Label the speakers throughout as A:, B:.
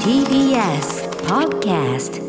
A: TBS Podcast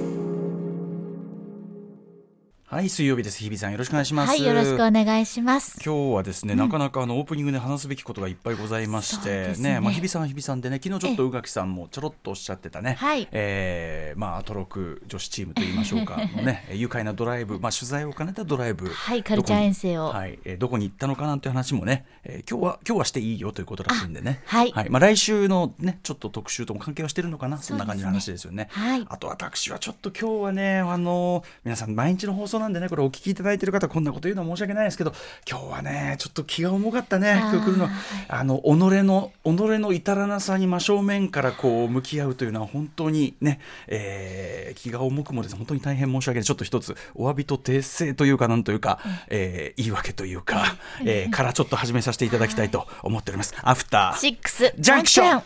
B: はい、水曜日です。日比さん、よろしくお願いします。
C: はい、よろしくお願いします。
B: 今日はですね、なかなかあのオープニングで話すべきことがいっぱいございまし
C: そう
B: て、
C: ですね
B: まあ日比さんは日比さんでね、昨日ちょっと宇垣さんもちょろっとおっしゃってたね、
C: はい
B: えーまあアトロク女子チームと言いましょ うか、のね、愉快なドライブ、まあ取材を兼ねたドライブ、
C: はいカルチャー遠征を
B: どこにはい、えーどこに行ったのかなんて話もね、えー今日は今日はしていいよということらしいんでね、
C: あはい
B: まあ来週のね、ちょっと特集とも関係はしてるのかな、そんな感じの話ですよね。
C: はい
B: あと私はちょっと今日はね、あの皆さん毎日の放送なんでね、これお聞きいただいてる方、こんなこと言うのは申し訳ないですけど、今日はね、ちょっと気が重かったね
C: あ、ー
B: 今日来るの
C: はい、
B: あの、己の、己の至らなさに真正面からこう向き合うというのは本当にね、えー気が重くもです、本当に大変申し訳ない。ちょっと一つ、お詫びと訂正というか、なんというか、えー言い訳というか、えーからちょっと始めさせていただきたいと思っております。アフター
C: シックス
B: ジャンクション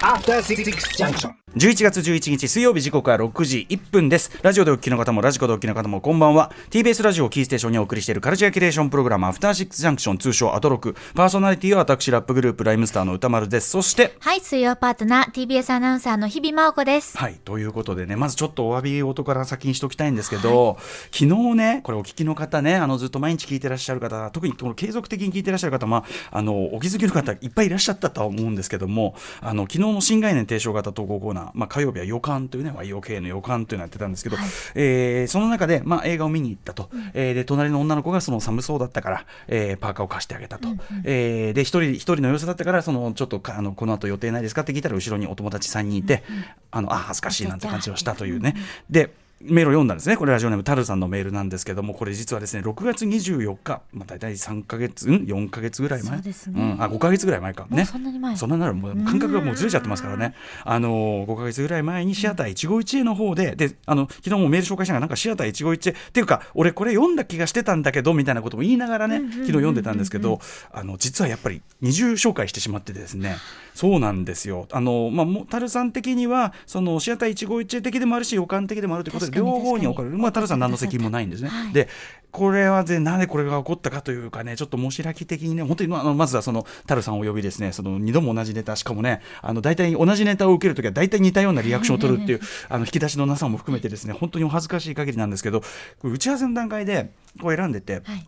D: After Six Junction.
B: 11月11日水曜日時刻は6時1分ですラジオでお聞きの方もラジコでお聞きの方もこんばんは TBS ラジオをキーステーションにお送りしているカルチャーキュレーションプログラムアフターシックスジャンクション通称アトロクパーソナリティは私ラップグループライムスターの歌丸ですそして
C: はい、水曜パートナー TBS アナウンサーの日々真央子です。
B: はいということでねまずちょっとお詫び音から先にしておきたいんですけど、昨日ねこれお聞きの方ねあのずっと毎日聞いてらっしゃる方特にこの継続的に聞いてらっしゃる方まああのお気づきの方いっぱいいらっしゃったとは思うんですけどもあの昨日の新概念提唱型投稿コーナー、まあ、火曜日は予感というね YOK の予感というのをやってたんですけど、えーその中で、まあ、映画を見に行ったと、えーで隣の女の子がその寒そうだったから、えーパーカーを貸してあげたと、えーで一人一人の様子だったからそのちょっとかあのこの後予定ないですかって聞いたら後ろにお友達3人いて、あのあ恥ずかしいなんて感じをしたというね。でメールを読んだんですね、これ、ラジオネーム、タルさんのメールなんですけども、これ、実はですね、6月24日、まあ、大体3か月、うん、4か月ぐらい前、
C: そうですね
B: ん、あ5か月ぐらい前か、
C: もうそんなに前
B: そんなならもう感覚がもうずれちゃってますからね、あの5か月ぐらい前にシアター151への方で、であの昨日もメール紹介したが、なんかシアター151へっていうか、俺、これ読んだ気がしてたんだけどみたいなことも言いながらね、昨日読んでたんですけど、あの実はやっぱり二重紹介してしまってですね、そうなんですよ、あのまあ、もうタルさん的には、そのシアター151へ的でもあるし、予感的でもあるということ
C: 確かに
B: で、両方に置かれる、
C: 確かに
B: まあ、タルさん、何の責任もないんですね。
C: はい
B: でこれはでなんでこれが起こったかというかね、ちょっと申し開き的にね、本当にまああのまずはそのタルさんをお呼びですね、その2度も同じネタ、しかもね、あの大体同じネタを受けるときは大体似たようなリアクションを取るっていう、あの引き出しのなさも含めてですね、本当にお恥ずかしい限りなんですけど、これ打ち合わせの段階でこう選んでて、
C: はい
B: まあ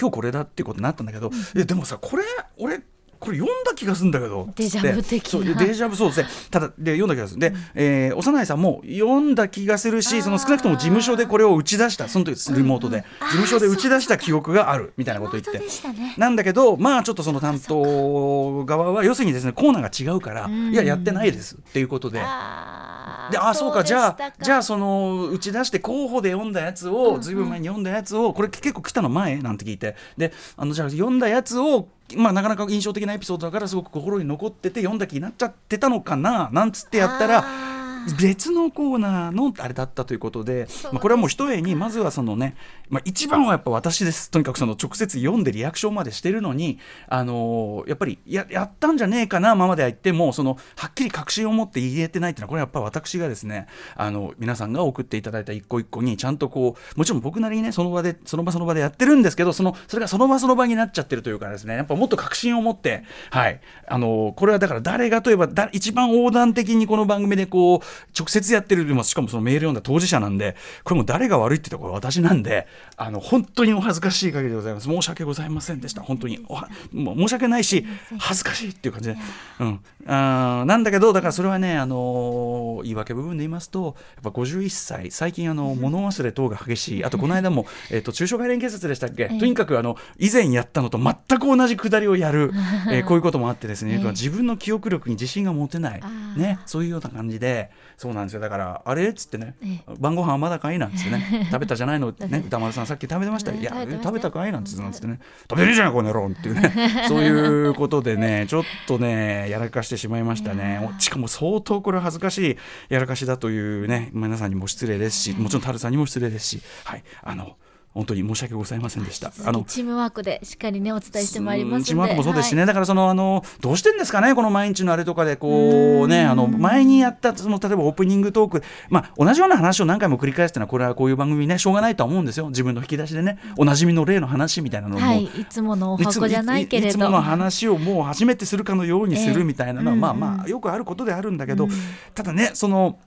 B: 今日これだっていうことになったんだけど、えでもさ、これ、俺、これ読んだ気がするんだけど
C: デジャブ的な
B: そうデジャブそうですねただで読んだ気がするで、えー幼いさんも読んだ気がするしその少なくとも事務所でこれを打ち出したその時ですリモートで、事務所で打ち出した記憶があるみたいなことを言って
C: リモートでしたね
B: なんだけどまあちょっとその担当側は要するにですねコーナーが違うから、いややってないですっていうことで。
C: あ
B: でああそうかじゃあじゃあ
C: そ
B: その打ち出して候補で読んだやつをずいぶん前に読んだやつをこれ結構来たの前なんて聞いてであのじゃあ読んだやつをまあなかなか印象的なエピソードだからすごく心に残ってて読んだ気になっちゃってたのかななんつってやったら
C: あ
B: 別のコーナーのあれだったということで、まあ、これはもう一重にまずはそのね、まあ、一番はやっぱ私ですとにかくその直接読んでリアクションまでしてるのに、あのーやっぱりややったんじゃねえかなままでは言ってもそのはっきり確信を持って言えてないっていうのはこれはやっぱ私がですねあの皆さんが送っていただいた一個一個にちゃんとこうもちろん僕なりにねその場でその場その場でやってるんですけどそのそれがその場その場になっちゃってるというかですねやっぱもっと確信を持ってはいあのーこれはだから誰がといえばだ一番横断的にこの番組でこう直接やってるまあしかもそのメール読んだ当事者なんでこれもう誰が悪いって言ったらこれ私なんであの本当にお恥ずかしい限りでございます申し訳ございませんでした本当におはもう申し訳ないし恥ずかしいっていう感じで、うん、あーなんだけどだからそれはね、あのー言い訳部分で言いますとやっぱ51歳最近あの物忘れ等が激しいあとこの間も、えっと中小概念警察でしたっけ、とにかくあの以前やったのと全く同じくだりをや る、えーこういうこともあってですね、
C: ええ
B: 自分の記憶力に自信が持てない
C: あー
B: ねそういうような感じでそうなんですよだからあれっつってね、
C: え
B: 晩ご飯はまだかいなんつっ てね食べたじゃないのってね歌丸さんさっき食べてましたよ
C: うん
B: いや
C: 食べてました
B: 食べたかいなんつってなんつってね食べてるじゃないこの野郎ってい うねそういうことでねちょっとねやらかしてしまいましたねしかも相当これは恥ずかしいやらかしだというね皆さんにも失礼ですしもちろんタルさんにも失礼ですしはいあの本当に申し訳ございませんでした。
C: あのチームワークでしっかりねお伝えしてまいりますので
B: チームワークもそうですしね、
C: はい
B: だからそのあのどうしてんですかねこの毎日のあれとかでこうねあの前にやったその例えばオープニングトークまあ同じような話を何回も繰り返すっていうのはこれはこういう番組ねしょうがないとは思うんですよ自分の引き出しでねおなじみの例の話みたいなのをもう
C: はい、いつものお
B: いつ
C: 箱じゃないけれど
B: いつもの話をもう初めてするかのようにす
C: ええ
B: るみたいなのは、
C: うんうん
B: まあまあよくあることであるんだけど、
C: うん
B: ただねその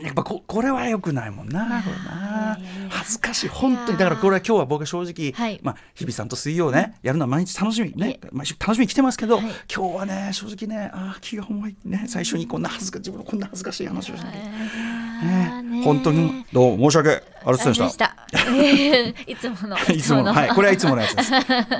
B: やっぱここれは良くないもんなこれない
C: やいやいや
B: 恥ずかしい本当にだからこれは今日は僕は正直、
C: はい
B: まあ、日比さんと水曜ねやるのは毎日楽しみ
C: い
B: ね
C: え
B: 毎週楽しみに来てますけど、
C: はい
B: 今日はね正直ねあー気が重いね最初にこんな恥ずか自分のこんな恥ずかしい話をしなきゃね
C: ねね
B: 本当にどうも申し訳ありませ
C: あ
B: んで
C: り
B: した
C: ませ。ん でした。 いつもの
B: いつもの、はい、これはいつものやつ です。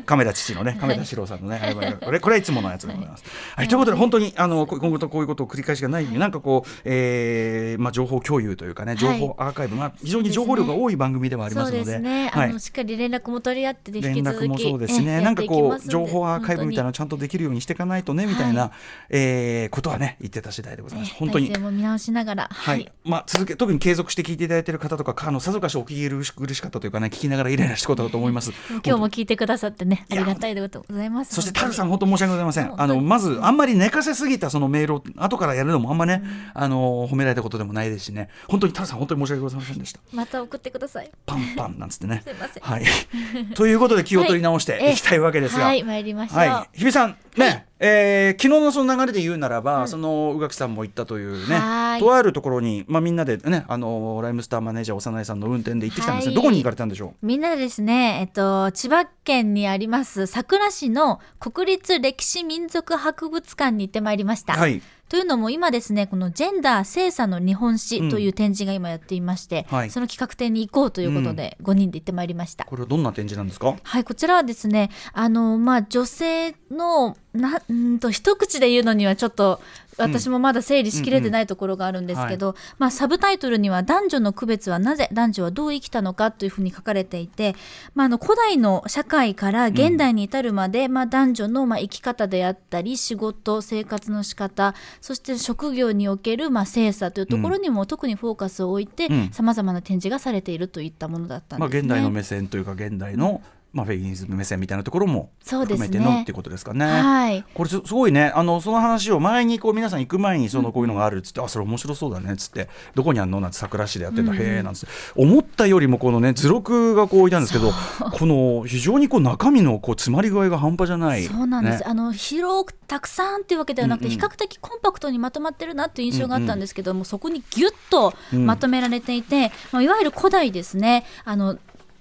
B: 亀田父のね、亀田四郎さんのね、はいはいこれ、これはいつものやつでございます。はい、ということで、本当に、あの、こ今後とこういうことを繰り返しがないように、なんかこう、えーまあ、情報共有というかね、情報アーカイブ、まあ、非常に情報量が多い番組ではありま
C: そう
B: すので。
C: ですね。
B: は
C: あ
B: い
C: の。しっかり連絡も取り合ってで
B: 連
C: 引き続き
B: 絡もそうですし
C: え
B: ね、
C: え
B: なんか
C: やっていき
B: こ
C: ますの
B: う、
C: で
B: 情報アーカイブみたいなのを
C: 本
B: ちゃんとできるようにしていかないとね、みたいな、えーことはね、言ってた次第でご
C: 当
B: ざいます。
C: ええ
B: 本当に
C: 体。制も見直しながら、
B: は
C: はい
B: い、まあ、続け特に継続して聞いていただいている方とかあのさぞかしお聞き苦し苦しかったというかね聞きながらイライラしたことだと思います。
C: 今日も聞いてくださってね、ありがたいでございます。
B: そして
C: 本
B: タ
C: 当
B: ル
C: に
B: さん、本当申し訳ございませ。
C: うんん
B: あのまず、あんまり寝かせすぎたそのメールを後からやるのも、あんまね、あの褒められたことでもないですしね、本当にタルさん、本当に申し訳ございませんでした。
C: また送ってください。
B: パンパンなんつって ね
C: すいませ。ん
B: はい、 ということで、気を取り直し
C: は
B: て
C: い
B: いきたいわけですが、
C: はい、参りましょう。
B: はい、日比さん、ねえー昨日のその流れで言うならば、その宇垣さんも行ったというね
C: はい
B: とあるところに、まあ、みんなでねあのライムスターマネージャー幼いさんの運転で行ってきたんです
C: は
B: が、
C: い
B: どこに行かれたんでしょう
C: みんなでですね、えっと、千葉県にあります桜市の国立歴史民族博物館に行ってまいりました。
B: はい
C: というのも今ですねこの「ジェンダー性差の日本史」という展示が今やっていまして、
B: はい
C: その企画展に行こうということで5人で行ってまいりました。
B: これはどんな展示なんですか
C: はい、こちらはですね、あの、まあ、女性の、な、うんと、一口で言うのにはちょっと、私もまだ整理しきれてないところがあるんですけど、まあ、サブタイトルには男女の区別はなぜ、男女はどう生きたのかというふうに書かれていて、まあ、あの、古代の社会から現代に至るまで、まあ、男女の、まあ、生き方であったり、仕事、生活の仕方、そして職業における、まあ、性差というところにも特にフォーカスを置いて
B: うん、
C: 様々な展示がされているといったものだったん
B: まあ、
C: ですね。
B: 現代の目線というか現代の、まあ、フェミニズム目線みたいなところも
C: そうで
B: 含
C: すね
B: めてのっていうことですかね。
C: はい。
B: これすすごいねあのその話を前にこう皆さん行く前にそのこういうのがあるっつって、あそれ面白そうだねっつってどこにあんのなんて桜市でやってた、へえなんつって思ったよりもこのね図録がこう置いたんですけどこの非常にこう中身のこう詰まり具合が半端じゃない
C: そうなんです、
B: ね
C: あの広くたくさんっていうわけではなくて、
B: うんうん
C: 比較的コンパクトにまとまってるなっていう印象があったんですけども、そこにぎゅっとまとめられていて、まあ、いわゆる古代ですねあの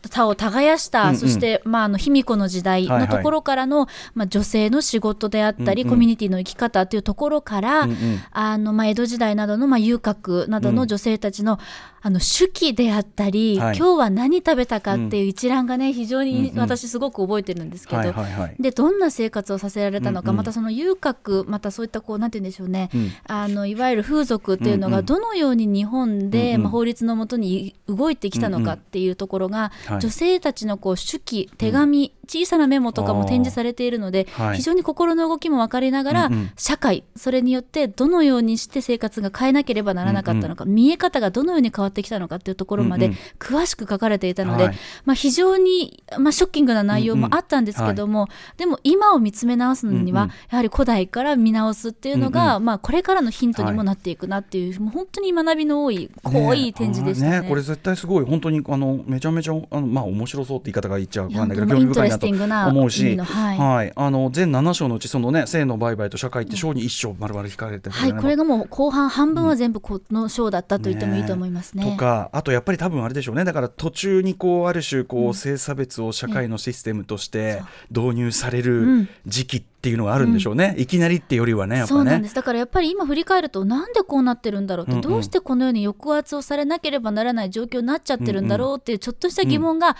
C: 他を耕した、
B: うんうん
C: そして、まあ、あの卑弥呼の時代
B: はいは
C: の
B: い
C: ところからの、まあ、女性の仕事であったり、
B: うんうん
C: コミュニティの生き方というところから、
B: うんうん
C: あのまあ、江戸時代などの、まあ、遊郭など
B: う
C: の
B: ん
C: 女性たちの,、あの手記であったり、
B: はい
C: 今日は何食べたかっていう一覧がね非常
B: う
C: に
B: んうん
C: 私すごく覚えてるんですけど、
B: はいはいはい。
C: でどんな生活をさせられたのか、
B: うんうん
C: またその遊郭またそういったこうなんて言うんでしょうね、
B: うん
C: あのいわゆる風俗っていうの
B: うん
C: が
B: うん
C: どのように日本で、
B: うんうん
C: まあ、法律のもとに動いてきたのかっていうところが、
B: うんはい
C: 女性たちのこう手記手紙、小さなメモとかも展示されているので、
B: あーはい
C: 非常に心の動きも分かりながら、
B: うんうん
C: 社会それによってどのようにして生活が変えなければならなかったのか、見え方がどのように変わってきたのかっていうところま
B: う
C: で
B: んうん
C: 詳しく書かれていたので、
B: はい
C: まあ、非常に、まあ、ショッキングな内容もあったんですけども、でも今を見つめ直すのには、
B: うんうん
C: やはり古代から見直すっていうのが、まあ、これからのヒントに
B: は
C: も
B: い
C: なっていくなっていう、もう本当に学びの多い濃い展示でした
B: あ
C: ね。
B: ーこれ絶対すごい本当にあのめちゃめちゃあのまあ面白そうって言い方が言っちゃわかんないけど
C: いや
B: 興味深いな
C: イントレスティングな
B: と思う
C: 意
B: し、
C: 味のはい
B: あの全7章のうちそのね性の売買と社会って章に1章丸々引かれてる
C: はい、
B: ね
C: これがもう後半半分は全部この章だったと言ってもいいと思いますね。
B: とかあとやっぱり多分あれでしょうねだから途中にこうある種こう性差別を社会のシステムとして導入され
C: う
B: る
C: ん
B: 時期っていうのがあるんでしょうね、いきなりってよりはねやっ
C: そう
B: ぱ
C: なん
B: ね
C: で。すだからやっぱり今振り返るとなんでこうなってるんだろうって、
B: うんうん
C: どうしてこのように抑圧をされなければならない状況になっちゃってるんだろうっていうちょっとした疑問が、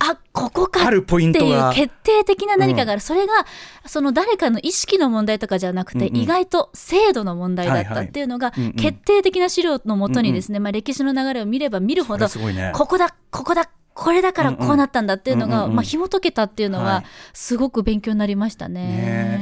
C: あここか
B: あるポイン
C: って
B: ト
C: いう
B: が
C: 決定的な何かがある、それがその誰かの意識の問題とかじゃなくて、
B: うんうん
C: 意外と制度の問題だっ
B: はい
C: た
B: はい
C: っていうのが、
B: うんうん
C: 決定的な資料のもとにですね、まあ、歴史の流れを見れば見るほ
B: こ
C: ど
B: れすごいね。
C: ここだここだこれだからこうなったんだっていうのが、
B: うんうんうんうん
C: まあ紐解けたっていうの
B: は
C: はいすごく勉強になりましたね。
B: ね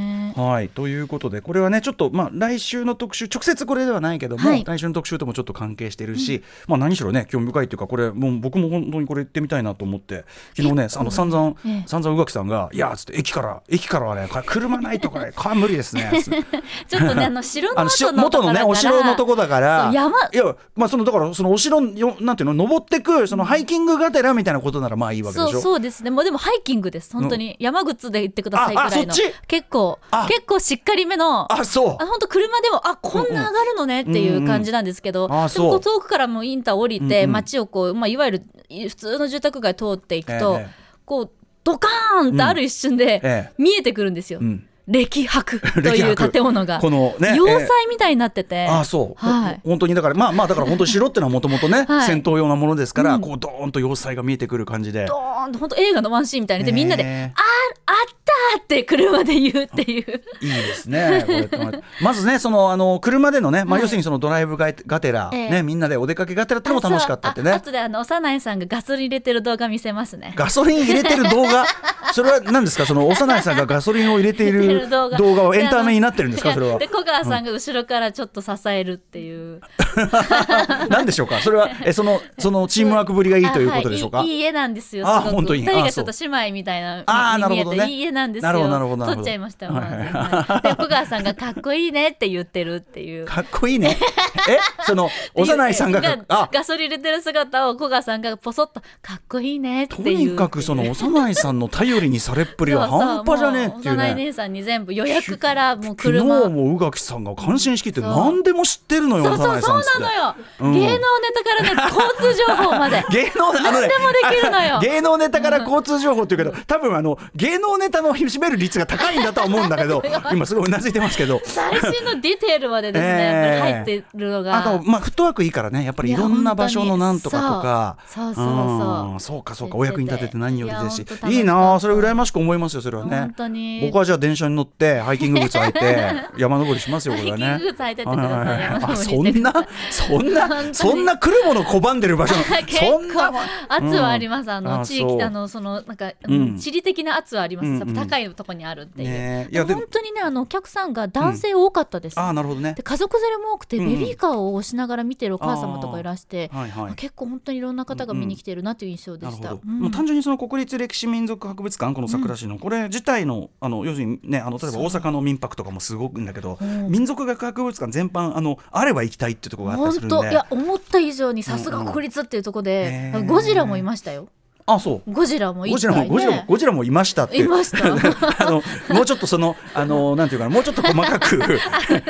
C: ね。
B: はいということでこれはねちょっと、まあ、来週の特集直接これではないけども、
C: はい
B: 来週の特集ともちょっと関係してるし、まあ、何しろね興味深いっていうかこれもう僕も本当にこれ行ってみたいなと思って昨日ねあの散々、
C: ええ
B: 散々宇垣さんが「いや」つって駅から駅からはねか車ないと かねか無理ですねつって
C: ちょっとね、あの、城
B: あ
C: の
B: のし
C: 元のと
B: 元
C: こ
B: の
C: ろだ
B: ね
C: から
B: お城のとこだから
C: そう山
B: いやまあそのだからそのお城よなんていうの登ってくそのハイキングがてらみたいなことならまあいいわけでしょ
C: そうそうですねもうでもハイキングです本当に、山靴で行ってくださいぐ
B: あ
C: ら
B: あ
C: いの
B: そっち
C: 結構
B: あ
C: 結構しっかりめのあ
B: あそう
C: 本当車でもあこんな上がるのねってい
B: うんう
C: うん感じなんですけど、
B: あ
C: で
B: そう
C: もこう遠くからもうインター降りて、
B: うんうん
C: 街をこう、まあ、いわゆるい普通の住宅街通っていくと、
B: ええ
C: こうドカーンってある一瞬で、
B: ええ
C: 見えてくるんですよ、
B: うん
C: 歴博とい
B: 歴
C: う
B: 博
C: 建物が
B: このね
C: 要塞みたいになってて、
B: ああそう、
C: はい
B: ほ本当にだからまあまあだから本当に城ってのはもともとね、
C: はい
B: 戦闘用なものですから、こうドーンと要塞が見えてくる感じで
C: ドーンと本当映画のワンシーンみたいにでみんなで「あ
B: ね
C: あった!」って車で言うっていう。
B: いいですねこうやってもらって まずねそのあの車でのね、まあ、
C: はい
B: 要するにそのドライブががてら、
C: ええ
B: ね、みんなでお出かけがてらってのも楽しかったって
C: あ
B: ね
C: そうあ後であの幼いさんがガソリン入れてる動画見せますね。
B: ガソリン入れてる動 画それは何ですかその幼いさんがガソリンを入れてい
C: 入れて
B: る
C: る
B: 動
C: 動
B: 画
C: 画
B: をエンターメになってるんですかそれは
C: で小川さんが後ろからちょっと支えるっていう。
B: 何でしょうかそれはえそのそのチームワークぶりがいいということでしょうか、
C: あはいいいいい絵なんですよ。
B: あ
C: すごく
B: 本当に
C: 二人
B: あ
C: がち
B: そ
C: ょ
B: う
C: っと姉妹みたいな。
B: あ
C: に見え
B: ーなる
C: て
B: ほどね
C: いい絵なんですよ。
B: なるほどなるほどなる
C: 撮
B: ほど
C: っちゃいました。
B: はいはい
C: はいで小川さんがかっこいいねって言ってるっていう。
B: かっこいいねえその幼いさんがかあ
C: ガソリン入れてる姿を小川さんがポソッとかっこいいねって
B: と
C: いう。
B: にかくその幼いさんの頼りにされっぷりは
C: そうそう
B: 半端じゃねえっていう
C: も幼い
B: ね。
C: 姉さんに全部予約からもう
B: 昨日
C: 車。
B: も宇垣さんが感心しきって
C: そう
B: 何でも知ってるのよ
C: そうそ
B: 幼
C: う
B: いさ
C: そ
B: ん
C: う
B: っつって。
C: なのよ、
B: うん
C: 芸能ネタからね交通情報まで
B: 芸能あのね
C: 何でもできるのよ
B: あ芸能ネタから交通情報っていうけど多分あの芸能ネタの占める率が高いんだとは思うんだけ ど今すごいうなずいてますけど。
C: 最新のディテールまでですね、
B: ええ
C: やっぱり入ってるのが
B: あとまあフットワークいいからねやっぱりいろんな場所のなんとかとか
C: いや本当にそうそうそうそうん
B: そうかそうかお役に立てて何よりですし
C: いや本当楽し
B: い
C: かった
B: いなあそれ羨ましく思いますよそれはね
C: 本当に
B: 僕はじゃあ電車に乗ってハイキング靴履 いて山登りしますよ
C: ハ
B: こ
C: イ
B: れ
C: キ
B: は
C: ン
B: ね。
C: グ靴履いてってください
B: はいはいはい
C: 山
B: あ
C: 登り
B: そ
C: して
B: ん
C: くださ
B: ないそん
C: 本当
B: な
C: に
B: そんな来るもの拒んでる場所
C: 結
B: そんな
C: 構圧はあります、あ
B: あ
C: の地
B: そう
C: 域あのそのなんか、
B: うん
C: 地理的な圧はあります、
B: うんうん
C: やっぱ高いとこにあるっていう、
B: ねえい
C: で
B: や
C: も
B: でも
C: 本当にねあのお客さんが男性多かったです、
B: ああなるほどね
C: で家族連れも多くて
B: う
C: ベ
B: んうん
C: ビーカーを押しながら見てるお母様とかいらして、
B: はいはい
C: あ結構本当にいろんな方が見に来てるなという印象で
B: なる
C: し
B: ほ
C: た。
B: ど、
C: うん
B: もう単純にその国立歴史民俗博物館この桜市の、これ自体のあの要するにねあの例えば大阪の民泊とかもすごくんだけど、
C: うん
B: 民俗学博物館全般あのあれば行きたいっていうところがあったりす
C: 本
B: るんで
C: 当いや思った以上にさすが国立っていうところで、
B: うんうんへー
C: ゴジラもいましたよ
B: あそう
C: ゴジラもい
B: ゴ
C: っ
B: ジ
C: ぱ
B: ラ
C: いね
B: も、ゴジラも、ゴジラもいましたって。
C: いました
B: あの、もうちょっとその、あの、なんていうかな、もうちょっと細かく。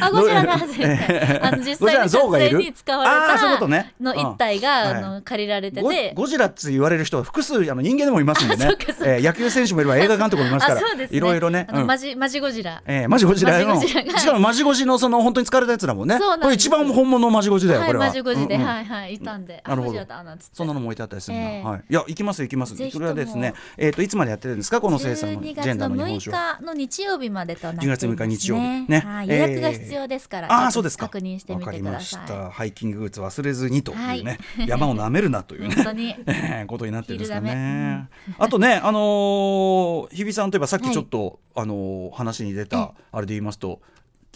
C: あゴジラだ絶 対あの実
B: ゴジラ
C: 際に
B: の像
C: 撮
B: がいる
C: 影に使われ
B: あーそういうこと
C: た
B: ね
C: の一体が、
B: うん
C: あ
B: は
C: の借りられて
B: ゴ
C: て
B: ゴジラって言われる人は複数あの人間でもいますんで ね
C: あそうかそうか
B: えー野球選手もいれば映画監督もいますか
C: あ
B: ら
C: そうですね
B: いろいろね、
C: あの
B: うん
C: マジマジゴジラ
B: えーマジゴジラの
C: マ
B: し
C: ジゴジラが
B: かもマジゴジのその本当に疲れたやつだもんね
C: そうなんです
B: これ一番本物のマジゴジだよ、
C: は
B: こ
C: い
B: れは
C: マジゴジで、
B: うんうん
C: はいはいいたんで
B: な
C: あ
B: るほ
C: ゴ
B: ど
C: ジラだなんつって
B: そんなのも置いてあったりするんだ、
C: ええ
B: はい、いや行きます行きます
C: ぜひ
B: そ
C: と
B: れ
C: も
B: はですね、えー、といつまでやってるんですかこの生産のジ
C: 12
B: ェ
C: 月
B: ンダー
C: の
B: の日本
C: 6
B: 酒は
C: 日の日曜日までとなっています、ね、
B: 10月6日日曜日ね
C: はい
B: え
C: 予
B: ー
C: 約が必要ですから、
B: ああそうですか
C: 確認してみてくださ
B: わ
C: い
B: かりましたハイキング靴忘れずにというね、
C: はい
B: 山を舐めるなというね
C: 本当 に
B: えーことになってるんですか
C: 昼
B: ね。あとね、あのー日比さんといえばさっきちょっと、あのー話に出たあれで言いますと、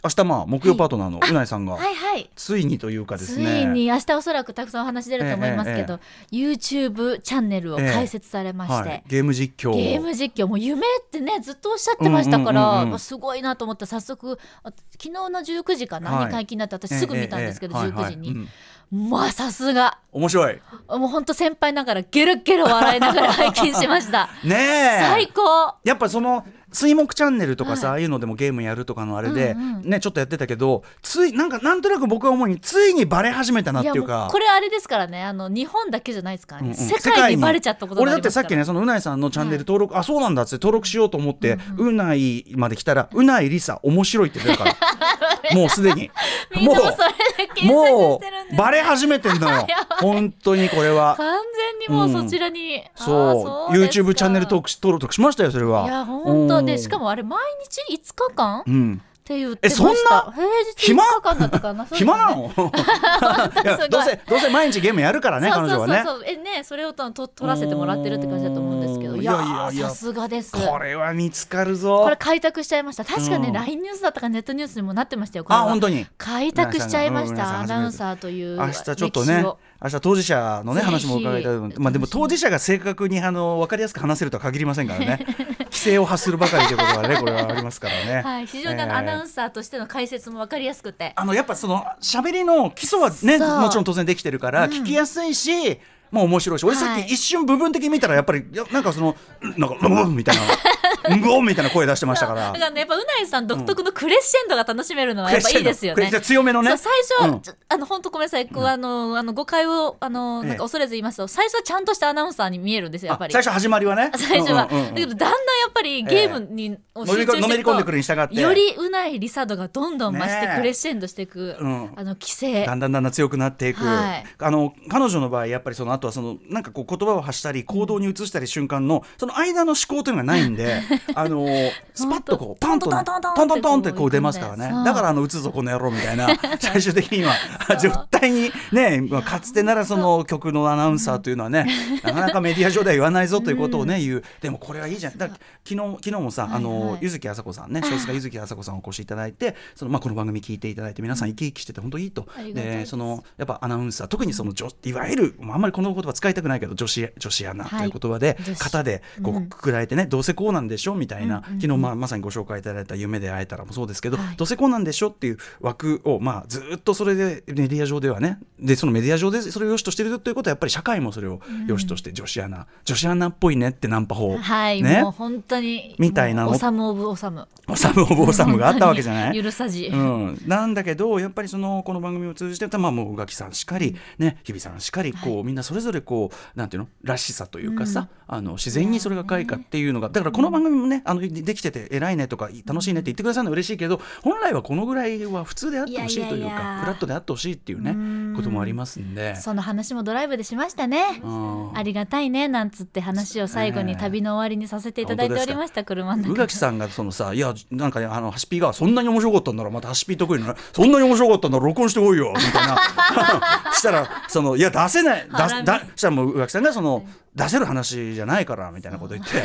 B: 明日まあ木曜パートナーのうないさんが、
C: はいはい
B: ついにというかです
C: つ
B: ね。
C: いに明日おそらくたくさんお話出ると思いますけど、YouTube チャンネルを開設されまして、
B: はい、ゲーム実況
C: ゲーム実況もう夢ってねずっとおっしゃってましたから、
B: うんうんうんうん
C: まあすごいなと思って早速あ昨日の19時かな、
B: はい
C: に解禁になって私すぐ見たんですけど、
B: ええええ
C: 19時に、
B: はいはいうん
C: まあさすが
B: 面白い
C: もうほんと先輩ながらゲルゲル笑いながら拝見しました
B: ね え
C: 最高
B: やっぱその水木チャンネルとかさ、ああいうのでもゲームやるとかのあれで、
C: うんうん
B: ねちょっとやってたけどついなんかなんとなく僕は思うについにバレ始めたなっ
C: い
B: て
C: や
B: い
C: も
B: うか
C: うこれあれですからねあの日本だけじゃないですから
B: うん
C: ね、
B: うん
C: 世界にバレちゃったことに
B: 俺
C: な
B: だっ
C: り
B: て
C: ます
B: さ
C: か
B: っ
C: ら
B: きねそのうないさんのチャンネル登録、あそうなんだっつって登録しようと思って、うないまで来たらうないりさ面白いって出たから もうすでに
C: みんなもそれで検索してるんですよ
B: もうバレ始めてんのよ本当にこれは
C: 完全にもうそちらに、あー
B: そう
C: ですか
B: YouTube チャンネル登録し登録しましたよそれはい
C: や本当
B: う
C: で
B: ん
C: しかもあれ毎日5日間っ
B: うん
C: て言ってました
B: えそんな
C: 平日5
B: 暇
C: 日間だったかなそうですね
B: 暇 なのいや
C: すごい
B: どうせどうせ毎日ゲームやるからね
C: そ
B: 彼
C: うそ
B: 女
C: うそ
B: は
C: うそ
B: ね
C: うえねそれをと撮らせてもらってるって感じだと思うんですけど
B: うん
C: い
B: い
C: い
B: や
C: や
B: いやいや
C: さすがです
B: これは見つかる
C: こ
B: ぞ
C: れ開拓しちゃいました確かね、
B: うん
C: LINE ニュースだったかネットニュースにもなってましたよこれ
B: あ
C: は
B: 本当に
C: 開拓しちゃいまし
B: 皆
C: た
B: さん
C: ア
B: 皆さん
C: ナウンサーという
B: 明日ちょっとね
C: 歴史を
B: 明日当事者のね
C: ぜひ
B: 話も伺いたいと思いますまあでも当事者が正確にあの分かりやすく話せるとは限りませんからね規制を発するばかりということがねこれはありますからね、
C: はい、非常にあの
B: えー
C: アナウンサーとしての解説も分かりやすくて、
B: あのやっぱその喋りの基礎はね
C: そう
B: もちろん当然できてるから聞きやすいし、まあ面白いし俺さっ
C: はい
B: き一瞬部分的に見たらやっぱりいやなんかそのなんかうんうんみたいなうんうんみたいな声出してましたから
C: だからねやっぱうないさん独特のクレッシェンドが楽しめるのは
B: ク
C: やっ
B: レッ
C: ぱ
B: シェ
C: い
B: ン
C: い
B: ド
C: ですよ
B: クレ
C: ね
B: ッシェンド。強めのね
C: そう最初は、
B: うん
C: ちょあの本当ごめんなさい、こうあのあの誤解をあのなん
B: ええ
C: か恐れず言いますと、最初はちゃんとしたアナウンサーに見えるんですよやっ
B: あ
C: ぱり。
B: 最初始まりはね
C: 最初は、
B: うんうんうんうん
C: だけどだんだんやっぱりゲームに、を
B: のめりこのめり込んでくるに従って
C: よりうないリサードがどんどん増して
B: ねえ
C: クレッシェンドしていく、
B: うん
C: あの規制
B: だんだんだんだん強くなっていく、
C: はい
B: あの彼女の場合やっぱりそのあとはそのなんかこう言葉を発したり行動に移したり瞬間のその間の思考というのがないんで あのスパッとこうパン
C: 本
B: と
C: 当
B: ね
C: トントン
B: ト
C: ト
B: ン
C: ント
B: トン
C: ン
B: トンっ
C: って
B: て
C: こう
B: こう出ますから
C: 行
B: ね
C: くんでそう
B: だからあの打つぞこの野郎み たいな最終的にはあ絶対にねまあかつてならその曲のアナウンサーというのはねなかなかメディア上では言わないぞということをね言うでもこれはいいじゃんだから昨日昨日もさあ
C: はい
B: の
C: はい
B: 柚木あさこさんね小説家柚木あさこさんお越しいただいてそのまあこの番組聞いていただいて皆さん生き生きしてて本当いいと
C: ありがたいで
B: ですそのやっぱアナウンサー特にその女いわゆるまああんまりこの言葉使いたくないけど女子女子アナと
C: はい
B: いう言葉で
C: 女子
B: 型でこ
C: う
B: うんくくらえてねどうせこうなんでしょみたいな
C: うんうん
B: 昨
C: うん
B: 日まあまさにご紹介いただいた「夢で会えたら」もそうですけど
C: はい
B: どうせこうなんでしょっていう枠をまあずっとそれでメディア上ではねでそのメディア上でそれを良しとしてるということはやっぱり社会もそれを良しとして女子アナ女子アナっぽいねってナンパ法
C: はい、
B: ね
C: もう本当に
B: みたいなの
C: もうオサムオブオサム
B: おさむお坊さむがあったわけじゃない
C: ゆるさじ、
B: うん、なんだけどやっぱりそのこの番組を通じてまあもう宇垣さんしかり、ね、日比さんしかりこう、みんなそれぞれこうなんていうのらしさというかさ、あの自然にそれが開花っていうのがだからこの番組もねあのできてて偉いねとか楽しいねって言ってくださるの嬉しいけど本来はこのぐらいは普通であってほしいと
C: いやい
B: いうか
C: やいや
B: フラットであってほしいっていうね
C: うん
B: こともありますんで。
C: その話もドライブでしましたね
B: うん
C: ありがたいねなんつって話を最後
B: ええ
C: に旅の終わりにさせていただいておりました車の
B: 宇
C: 中
B: 垣さんがそのさ「いやなんかねあのハシピがそんなに面白かったんならまたハシピ得意のなそんなに面白かったんなら録音してこいよ」みたいな したらその「いや出せないだ
C: 腹
B: だしたらもう宇垣さんがその「出せる話じゃないから」みたいなこと 言って。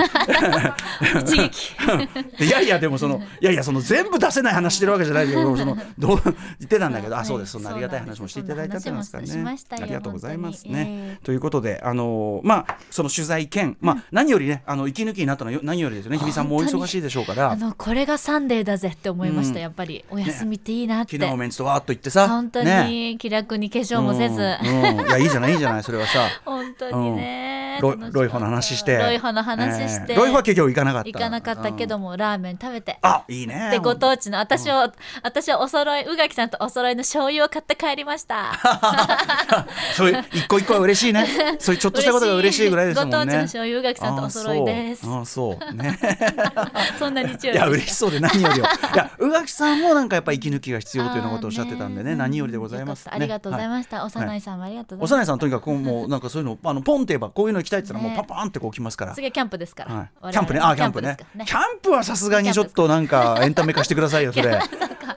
C: 一撃
B: でいやいやでもそのいやいやその全部出せない話してるわけじゃないけどその どう言ってたんだけどあそうですそんなありがたい話もしていただいたってますから
C: そうなん
B: ね
C: ですそんな話もしました
B: あ
C: よ
B: りがとうございます
C: 本当に
B: ね
C: ええ
B: ということであのまあその取材兼まあ何よりねあの息抜きになったのはよ何よりですよね日比さんもお忙しいでしょうから
C: あのこれがサンデーだぜって思いました、
B: うん
C: やっぱりお休みっていいなって、
B: 昨日メンツとわーっと言ってさ
C: 本当
B: ね
C: に気楽に化粧もせず、
B: うんうんいやいいじゃないいいじゃないそれは さ
C: 本当にね、
B: ロイ
C: 楽しかった
B: ロイホの話して
C: ロイホの話して、
B: えーロイホは結局行かなかった
C: 行かなかったけど
B: うん
C: も、ラーメン食べて
B: あいいね
C: でご当地の私を、私はお揃い宇垣さんとお揃いの醤油を買って帰りました
B: そういう一個一個は嬉し いねそういうちょっとしたことが嬉しいぐらいですもんね
C: ご当地の醤油宇垣さんとお揃いです
B: あーそうあーそ うね
C: そんな日曜
B: い
C: 日
B: や嬉しそうで何よりよいや宇垣さんもなんかやっぱ息抜きが必要というようなことをおっしゃってたんでね
C: あー
B: 何よりでございます、
C: よかっ
B: ね、
C: たありがとうござい
B: は
C: ました、おさないさんもありがとう
B: い
C: ござい
B: 幼
C: ま
B: いさんとにかくもうなんかそういうのあのポンって言えばこういうの行きたいって言ったらも
C: ね
B: うパンパンってこう来ますから
C: す、次はキャンプですから、
B: はい、
C: 我々
B: キャンプね、あ、キャンプ
C: で
B: ね
C: すか。
B: キャンプはさすがにちょっとなんかエンタメ化してくださいよ、それ。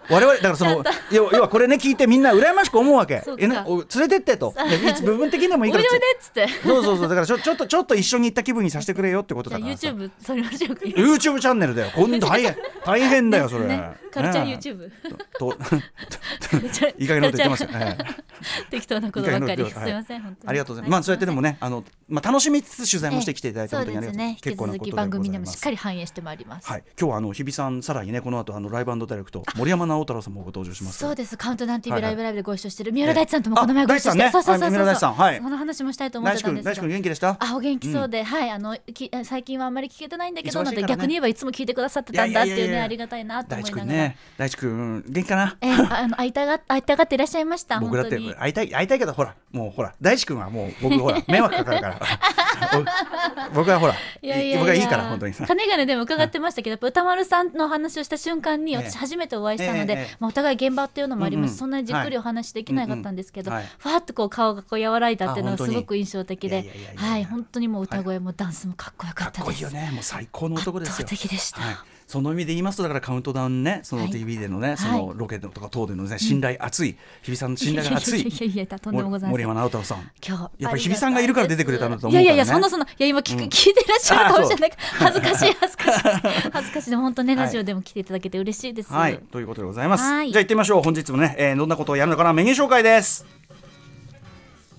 B: 我々だからその要要はこれね聞いてみんな羨ましく思うわ け
C: そう。か
B: えなお連れてってと。いやいつ部分的にもいい
C: お
B: か
C: い
B: ら。
C: でおいでっつって
B: そうそうそうだからちょち ょっとちょっと一緒に行った気分にさせてくれよってこと
C: じゃ
B: だ
C: あ
B: からさ。
C: YouTube 撮りましょうか
B: YouTube チャンネルだよ。今 度大変大変だよそれ。
C: ねカルチャ
B: ね
C: ー YouTube
B: と
C: い
B: いい加減なこと言ってますよ。ええ
C: 適当なことばっか
B: いい加減
C: り。
B: なこと言ってます
C: すみません、本当に。
B: ありがとうございます。まあそうやってでもね、あのまあ楽しみつつ取材もしてきていただい
C: そ
B: て
C: う
B: 本当に
C: で
B: あり
C: す
B: がとうござい
C: ね引き
B: ま。す。
C: 続き番組でもしっ
B: す
C: かり反映してまいります。
B: はい、今日はあの日比さんさらにねこの後あのライブダイレクト森山直太朗さんもご登場します
C: そうです。カウントダウン TV
B: はいは
C: ラ
B: い
C: イブライブでご一緒してる三浦大知さんともこの前ご一緒して、
B: あ大知
C: そうそ
B: さんね
C: うそうそう
B: あ三浦大知さんはい
C: その話もしたいと思っ
B: 大
C: て
B: 志
C: たん
B: くん
C: です
B: 大志くん
C: が。
B: 元気でした
C: あ、お元気そうで、はい、あの、き、最近はあんまり聞けてないんだけど、
B: 忙
C: な
B: しい
C: ん
B: からね
C: で、逆に言えばいつも聞いてくださってたんだって
B: いや
C: い
B: いやいうやい
C: ね、
B: や
C: ありがたいなと
B: 大
C: 思
B: 志
C: い
B: く
C: なんがら
B: ね。大志くん元気かな
C: ええ、あの、会いたが、会いたがっていらっしゃいました。
B: 僕
C: 本
B: だっ
C: 当
B: て
C: に。
B: 会いたい会いたいけどほらもうほら大志くんはも う僕ほら迷惑かかるから 僕僕はほら
C: いやいやいや
B: 僕はいいから本当にさ
C: 金がねでも伺ってましたけど、やっぱ歌丸さんの話をした瞬間に
B: ええ
C: 私初めてお会いしたので、
B: ええええ
C: まあ、お互い現場っていうのもありますし、
B: うんうん
C: そんなにじっくりお話しできなかったんですけど、
B: はい
C: ふわっとこう顔がこう和らいだっていうの
B: あ
C: が
B: 本
C: す
B: 当に
C: ごく印象的
B: いやい
C: で
B: やいやいや
C: はい本当にもう歌声もダンスもかっこよか
B: か
C: っ
B: ったこ
C: で
B: いい
C: す。
B: よねもう最高の男ですよ
C: 圧倒的でした
B: はい、その意味で言いますとだからカウントダウンねその TV でのね、そのロケとか等でのね信頼厚い、日比さんの信頼が厚い
C: いやいやいやいやとん でもございま
B: 森
C: せん
B: 山直太朗さん
C: 今日
B: やっぱり日比さんがいるから出てくれたんだと思う
C: い
B: か
C: や
B: ら、ね、
C: いやいやそんなそんないや今聞く、聞いてらっしゃるかもしれない恥ず かしい恥ずかしい恥ずかしいでも本当ね
B: はい
C: ラジオでも来ていただけて嬉しいです、
B: はい、ということでございます。
C: はい
B: じゃあ行ってみましょう。本日もね、えーどんなことをやるのかなメニュー紹介です。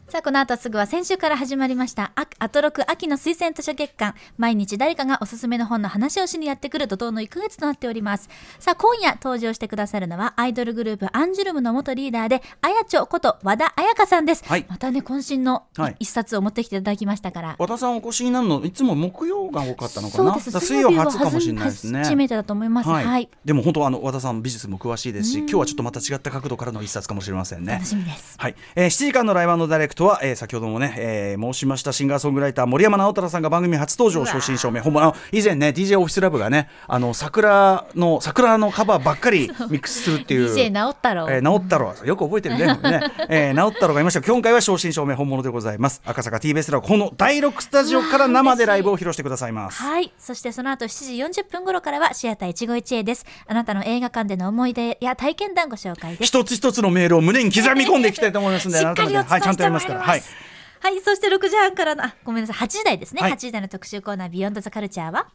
C: さあこの後すぐは先週から始まりましたあアトロク秋の推薦図書月間毎日誰かがおすすめの本の話をしにやってくる怒涛の1ヶ月となっておりますさあ今夜登場してくださるのはアイドルグループアンジュルムの元リーダーであやちょこと和田彩香さんです、
B: はい
C: またね渾身のい
B: はい
C: 一冊を持ってきていただきましたから
B: 和田さんお越しになるのいつも木曜が多かったのか
C: そう
B: な。
C: で
B: だから
C: す
B: 水曜初かもしれないですね。
C: 初めてだと思います
B: は、
C: はいい、
B: でも本当あの和田さん美術も詳しいですし、今日はちょっとまた違った角度からの一冊かもしれませんね
C: 楽。しみです
B: はい、えー、7時間のライブのダイレクトは、えー、先ほどもね、えー、申しましたシンガーソングライター森山直太朗さんが番組初登場
C: うわー
B: 正真正銘ほんまあの以前ね DJ オフィスラブがねあの桜の桜のカバーばっかりミックスするっていう
C: DJ 直太朗、
B: えー、直太郎よく覚えてるねこれね、えー、直太郎がいました今回は正真正銘本物でございます赤坂 TBS ラボこの第6スタジオから生でライブを披露してくださいます
C: はい。そしてその後7時40分頃からはシアター一期一会です。あなたの映画館での思い出や体験談ご紹介です。
B: 一つ一つのメールを胸に刻み込んでいきたいと思 いますので
C: しっかりお伝え
B: 改めてはいちゃんとやります
C: して
B: か
C: まいり
B: ら
C: ます
B: はい
C: はい。そして6時半からの、あ、ごめんなさい。8時台ですね。
B: はい
C: 8時台の特集コーナー、ビヨンドザカルチャーは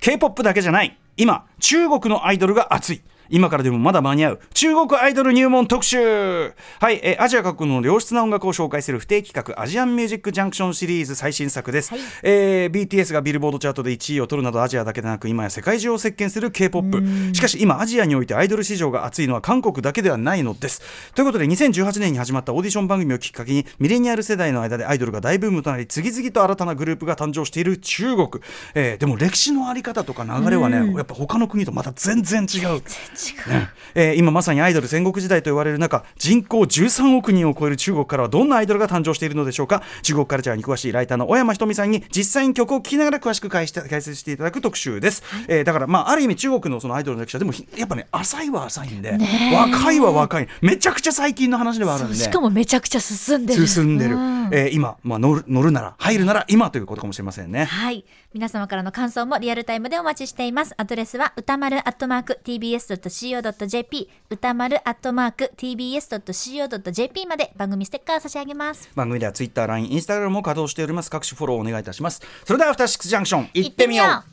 B: K-POP だけじゃない今中国のアイドルが熱い今からでもまだ間に合う中国アイドル入門特集はい、えーアジア各国の良質な音楽を紹介する不定企画アジアンミュージックジャンクションシリーズ最新作です、
C: はい
B: えー BTS がビルボードチャートで1位を取るなどアジアだけでなく今や世界中を席巻する K-POP しかし今アジアにおいてアイドル市場が熱いのは韓国だけではないのですということで2018年に始まったオーディション番組をきっかけにミレニアル世代の間でアイドルが大ブームとなり次々と新たなグループが誕生している中国、えーでも歴史のあり方とか流れはね、やっぱ他の国とまた全然違う
C: 違う。
B: えー今まさにアイドル戦国時代と言われる中人口13億人を超える中国からはどんなアイドルが誕生しているのでしょうか中国カルチャーに詳しいライターの小山ひとみさんに実際に曲を聴きながら詳しく解して解説していただく特集です、えーだからまあある意味中国のそのアイドルの歴史はでもひやっぱね浅いは浅いんで、若いは若いめちゃくちゃ最近の話ではあるんで
C: しかもめちゃくちゃ進んでる。
B: 進んでる、
C: う
B: えー今、まあ、乗る乗るなら入るなら今ということかもしれませんね
C: はい。皆様からの感想もリアルタイムでお待ちしています。アドレスは歌丸アットマーク tbs.co.jp 歌丸アットマーク tbs.co.jp まで番組ステッカー差し上げます。
B: 番組ではツイッター、LINE、インスタグラムも稼働しております。各種フォローお願いいたします。それではアフターシックスジャンクション、行ってみよう。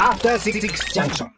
A: After Six Junction.